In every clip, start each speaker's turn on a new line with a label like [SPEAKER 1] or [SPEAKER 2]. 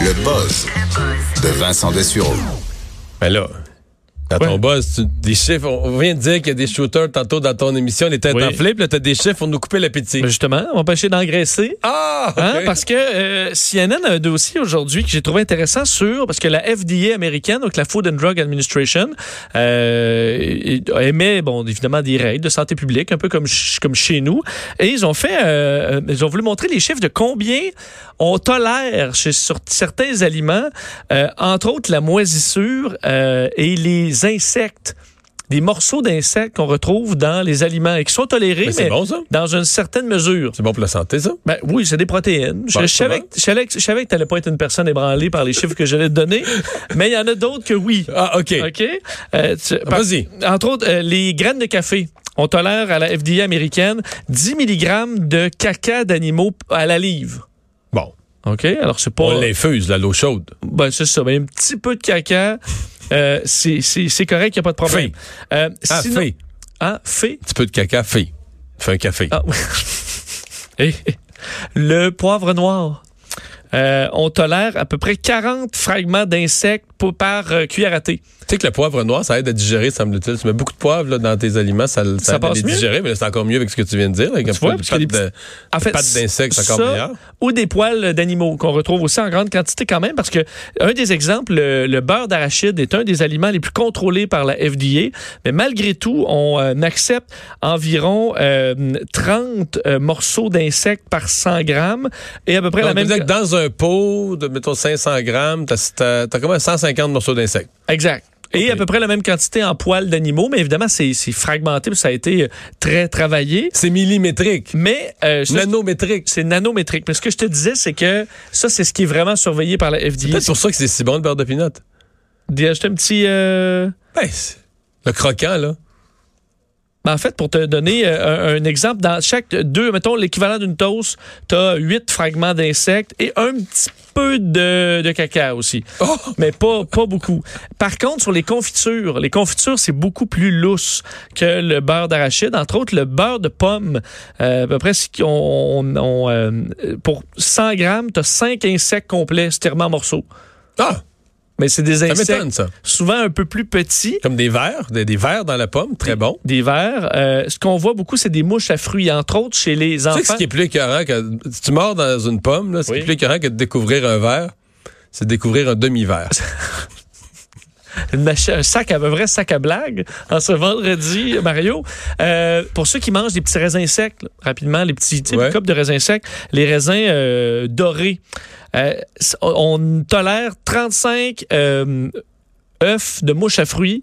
[SPEAKER 1] Le buzz de Vincent Dessureau.
[SPEAKER 2] Ben là, dans
[SPEAKER 3] Ouais.
[SPEAKER 2] ton buzz, tu- des chiffres. On on vient de dire qu'il y a des shooters tantôt dans ton émission, les têtes
[SPEAKER 3] Oui.
[SPEAKER 2] en flip, là, t'as des chiffres pour nous couper l'appétit.
[SPEAKER 3] Ben Justement, on va empêcher d'engraisser.
[SPEAKER 2] Ah!
[SPEAKER 3] Hein,
[SPEAKER 2] ok.
[SPEAKER 3] Parce que euh, CNN a un dossier aujourd'hui que j'ai trouvé intéressant sur, parce que la FDA américaine, donc la Food and Drug Administration, euh, émet, bon, évidemment, des règles de santé publique, un peu comme, ch- comme chez nous. Et ils ont fait, euh, euh, ils ont voulu montrer les chiffres de combien on tolère chez, sur certains aliments, euh, entre autres la moisissure euh, et les insectes. Des morceaux d'insectes qu'on retrouve dans les aliments et qui sont tolérés,
[SPEAKER 2] Mais
[SPEAKER 3] mais
[SPEAKER 2] c'est bon, ça?
[SPEAKER 3] dans une certaine mesure.
[SPEAKER 2] C'est bon pour la santé, ça?
[SPEAKER 3] Ben oui, c'est des protéines. Je,
[SPEAKER 2] Bon,
[SPEAKER 3] je
[SPEAKER 2] ça
[SPEAKER 3] savais,
[SPEAKER 2] va.
[SPEAKER 3] que- je savais que- je savais que t'allais pas être une personne ébranlée par les chiffres que j'allais te donner, mais il y en a d'autres que oui.
[SPEAKER 2] Ah, OK. Ah,
[SPEAKER 3] OK? Euh, tu- par-
[SPEAKER 2] Vas-y.
[SPEAKER 3] entre autres, euh, les graines de café. On tolère à la FDA américaine 10 mg de caca d'animaux à la livre.
[SPEAKER 2] Bon,
[SPEAKER 3] OK? Alors, c'est pas.
[SPEAKER 2] on l'infuse, là, l'eau chaude.
[SPEAKER 3] Ben, c'est ça. Ben, un petit peu de caca, euh, c'est c'est- c'est correct, il n'y a pas de problème. Euh,
[SPEAKER 2] Ah,
[SPEAKER 3] sinon-
[SPEAKER 2] fée.
[SPEAKER 3] Hein? Fait?
[SPEAKER 2] Un petit peu de caca, fée. Fais un café.
[SPEAKER 3] Ah, oui. Et le poivre noir. Euh, on tolère à peu près 40 fragments d'insectes pour- par euh, cuillère à thé.
[SPEAKER 2] Tu sais que le poivre noir, ça aide à digérer, semble-t-il. Tu mets beaucoup de poivre là, dans tes aliments, ça, ça,
[SPEAKER 3] Ça
[SPEAKER 2] aide à
[SPEAKER 3] passe
[SPEAKER 2] les
[SPEAKER 3] mieux?
[SPEAKER 2] digérer, mais là, c'est encore mieux avec ce que tu viens de dire. Avec un
[SPEAKER 3] Tu vois,
[SPEAKER 2] peu de
[SPEAKER 3] parce que les
[SPEAKER 2] pâte de-
[SPEAKER 3] En fait,
[SPEAKER 2] pâte d'insectes, c'est encore
[SPEAKER 3] ça,
[SPEAKER 2] meilleur.
[SPEAKER 3] Ou des poils d'animaux qu'on retrouve aussi en grande quantité quand même, parce que un des exemples, le, le beurre d'arachide est un des aliments les plus contrôlés par la FDA, mais malgré tout, on euh, accepte environ euh, 30 euh, morceaux d'insectes par 100 grammes et à peu près
[SPEAKER 2] Donc,
[SPEAKER 3] la même.
[SPEAKER 2] ça veut dire que dans un pot de, mettons, 500 grammes, t'as as, comme 150 morceaux d'insectes.
[SPEAKER 3] Exact. Et
[SPEAKER 2] Ok.
[SPEAKER 3] à peu près la même quantité en poils d'animaux, mais évidemment, c'est c'est fragmenté, puis ça a été euh, très travaillé.
[SPEAKER 2] C'est millimétrique,
[SPEAKER 3] Mais euh, ça,
[SPEAKER 2] nanométrique.
[SPEAKER 3] c'est nanométrique. Mais ce que je te disais, c'est que ça, c'est ce qui est vraiment surveillé par la
[SPEAKER 2] C'est
[SPEAKER 3] FDA.
[SPEAKER 2] peut-être pour ça que c'est si bon le beurre de pinot.
[SPEAKER 3] D'y acheter un petit... euh,
[SPEAKER 2] Ben, c'est- le croquant, là.
[SPEAKER 3] ben, en fait, pour te donner euh, un, un exemple, dans chaque deux, mettons, l'équivalent d'une toast, tu as huit fragments d'insectes et un petit peu de, de caca aussi.
[SPEAKER 2] Oh!
[SPEAKER 3] mais pas, pas beaucoup. Par contre, sur les confitures, les confitures, c'est beaucoup plus lousse que le beurre d'arachide. Entre autres, le beurre de pomme, euh, à peu près, c'est qu'on- on, on, euh, pour 100 grammes, tu as 5 insectes complets, stirés en morceaux.
[SPEAKER 2] Ah!
[SPEAKER 3] Mais c'est des
[SPEAKER 2] Ça
[SPEAKER 3] insectes
[SPEAKER 2] m'étonne, ça.
[SPEAKER 3] souvent un peu plus petits.
[SPEAKER 2] Comme des vers, des, des vers dans la pomme, très bon.
[SPEAKER 3] Des vers. Euh, ce qu'on voit beaucoup, c'est des mouches à fruits, entre autres chez les
[SPEAKER 2] Tu sais que ce
[SPEAKER 3] enfants.
[SPEAKER 2] qui est plus écœurant, que, si tu mords dans une pomme, là, ce qui
[SPEAKER 3] Oui.
[SPEAKER 2] est plus écœurant que de découvrir un verre, c'est de découvrir un demi-verre.
[SPEAKER 3] Une mach- un sac, à- un vrai sac à blague en ce vendredi, Mario. Euh, pour ceux qui mangent des petits raisins secs, là, rapidement, les petits tu sais,
[SPEAKER 2] Ouais.
[SPEAKER 3] les copes de raisins secs, les raisins euh, dorés, euh, s- on- on tolère 35 euh, œufs de mouche à fruits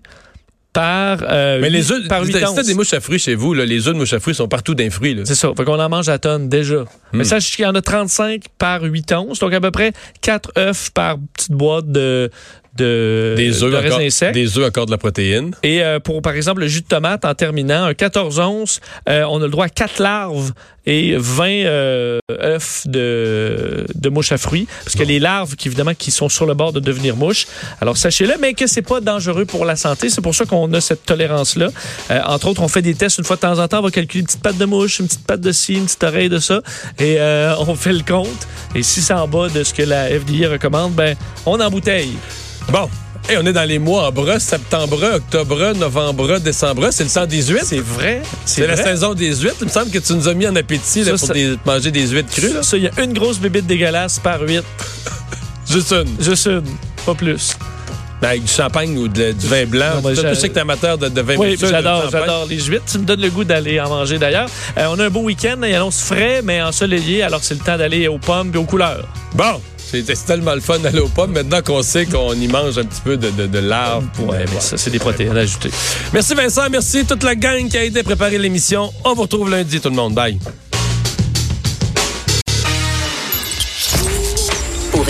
[SPEAKER 3] par, euh,
[SPEAKER 2] Mais les
[SPEAKER 3] huit-
[SPEAKER 2] œufs,
[SPEAKER 3] par
[SPEAKER 2] si
[SPEAKER 3] huit
[SPEAKER 2] t'as- si
[SPEAKER 3] onces.
[SPEAKER 2] t'as des mouches à fruits chez vous, là, les œufs de mouches à fruits sont partout d'un fruit.
[SPEAKER 3] C'est ça. Fait qu'on en mange à tonnes déjà. Mais
[SPEAKER 2] Hmm.
[SPEAKER 3] sache qu'il y en a 35 par 8 onces, donc à peu près 4 œufs par petite boîte de, de,
[SPEAKER 2] Des
[SPEAKER 3] de
[SPEAKER 2] œufs,
[SPEAKER 3] raisins
[SPEAKER 2] encore,
[SPEAKER 3] secs.
[SPEAKER 2] des œufs encore de la protéine.
[SPEAKER 3] Et euh, pour, par exemple, le jus de tomate, en terminant, un 14 onces, euh, on a le droit à 4 larves et 20 euh, œufs de, de mouches à fruits. Parce que les larves, qui, évidemment, qui sont sur le bord de devenir mouches. Alors, sachez-le, mais que c'est pas dangereux pour la santé. C'est pour ça qu'on a cette tolérance-là. Euh, entre autres, on fait des tests une fois de temps en temps. On va calculer une petite patte de mouche, une petite patte de ci, une petite oreille de ça. Et euh, on fait le compte. Et si c'est en bas de ce que la FDA recommande, ben, on embouteille.
[SPEAKER 2] Bon. Et on est dans les mois en bras, septembre, octobre, novembre, décembre. C'est le 118.
[SPEAKER 3] C'est vrai.
[SPEAKER 2] C'est la
[SPEAKER 3] vrai.
[SPEAKER 2] saison des huîtres. Il me semble que tu nous as mis en appétit là,
[SPEAKER 3] Ça,
[SPEAKER 2] pour
[SPEAKER 3] ça-
[SPEAKER 2] des- manger des huîtres crues. là.
[SPEAKER 3] Ça, il y a une grosse bébite dégueulasse par huit.
[SPEAKER 2] Juste une.
[SPEAKER 3] Juste une, pas plus.
[SPEAKER 2] Ben, Avec du champagne ou de- du vin blanc.
[SPEAKER 3] Non, mais
[SPEAKER 2] Tu- tu
[SPEAKER 3] j'a-
[SPEAKER 2] sais que t'es amateur de, de vin
[SPEAKER 3] Oui,
[SPEAKER 2] mousseux, de
[SPEAKER 3] j'adore,
[SPEAKER 2] champagne.
[SPEAKER 3] j'adore les huîtres. Tu me donnes le goût d'aller en manger d'ailleurs. Euh, on a un beau week-end, il annonce frais, mais ensoleillé, alors c'est le temps d'aller aux pommes et aux couleurs.
[SPEAKER 2] Bon, c'était tellement le fun d'aller aux pommes. Maintenant qu'on sait qu'on y mange un petit peu de, de, de larves. puis de-
[SPEAKER 3] Ouais, mais
[SPEAKER 2] voilà.
[SPEAKER 3] ça, c'est des protéines ajoutées.
[SPEAKER 2] Merci Vincent, merci toute la gang qui a aidé à préparer l'émission. On vous retrouve lundi tout le monde. Bye.
[SPEAKER 4] Pour